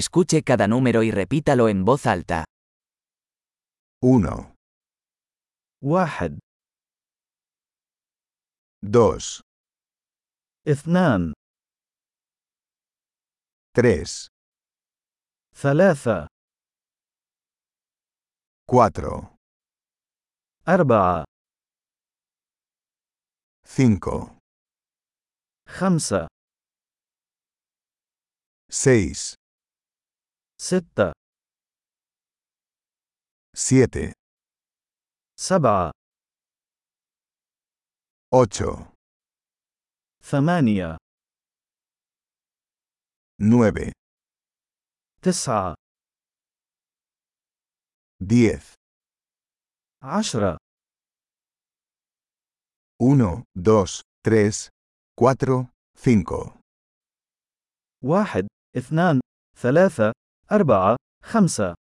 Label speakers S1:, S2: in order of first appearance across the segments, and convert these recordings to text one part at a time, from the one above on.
S1: Escuche cada número y repítalo en voz alta.
S2: Uno,
S3: واحد
S2: dos,
S3: اثنان
S2: tres,
S3: ثلاثة
S2: cuatro,
S3: أربعة
S2: cinco,
S3: خمسة
S2: seis,
S3: ستة
S2: siete,
S3: سبعة
S2: ocho,
S3: ثمانية
S2: nueve,
S3: تسعة
S2: diez.
S3: عشرة
S2: Uno, dos, tres, cuatro, cinco,
S3: واحد اثنان ثلاثة أربعة خمسة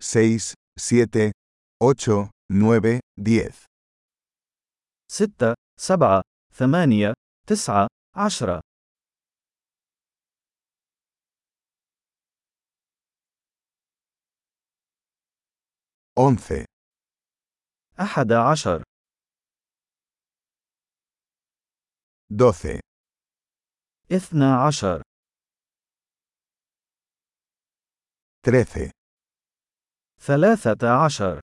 S2: seis, siete, ocho, nueve, diez.
S3: ستة سبعة ثمانية تسعة عشرة
S2: Once,
S3: أحد عشر
S2: doce,
S3: اثنا عشر
S2: trece,
S3: ثلاثة عشر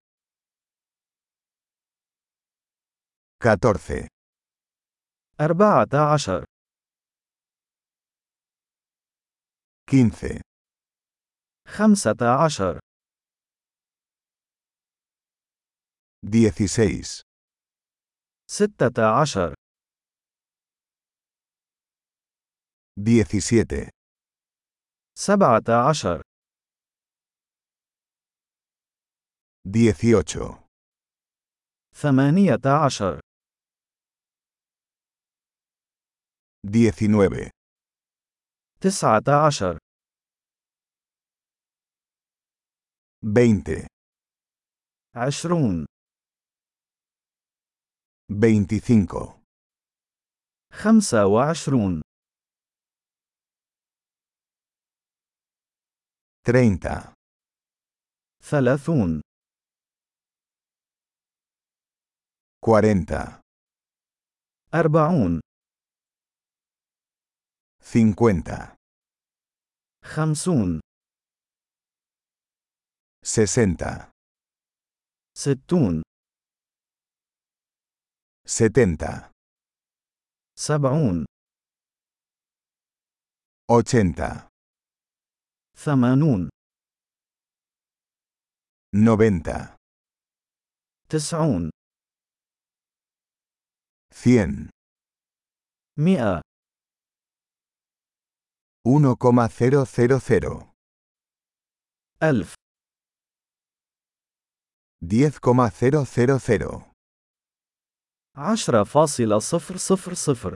S2: catorce,
S3: أربعة عشر
S2: quince,
S3: خمسة عشر
S2: dieciséis,
S3: ستة عشر
S2: diecisiete,
S3: سبعة عشر
S2: dieciocho,
S3: ثمانية عشر
S2: diecinueve,
S3: تسعة عشر
S2: veinte,
S3: عشرون
S2: veinticinco,
S3: خمسة وعشرون
S2: treinta,
S3: ثلاثون
S2: cuarenta,
S3: أربعون
S2: cincuenta,
S3: خمسون
S2: sesenta,
S3: ستون
S2: setenta,
S3: سبعون
S2: ochenta,
S3: ثمانون
S2: noventa,
S3: تسعون
S2: cien.
S3: مئة
S2: 1,000,
S3: ألف
S2: 10,000,
S3: عشرة فاصلة صفر صفر صفر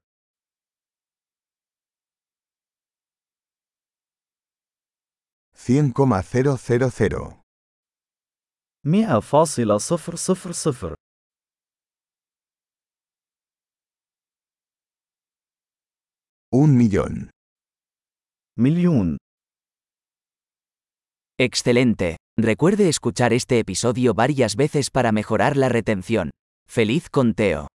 S2: 100,000,
S3: مئة فاصلة صفر صفر صفر
S2: 1 millón.
S3: مليون
S1: Excelente. Recuerde escuchar este episodio varias veces para mejorar la retención. ¡Feliz conteo!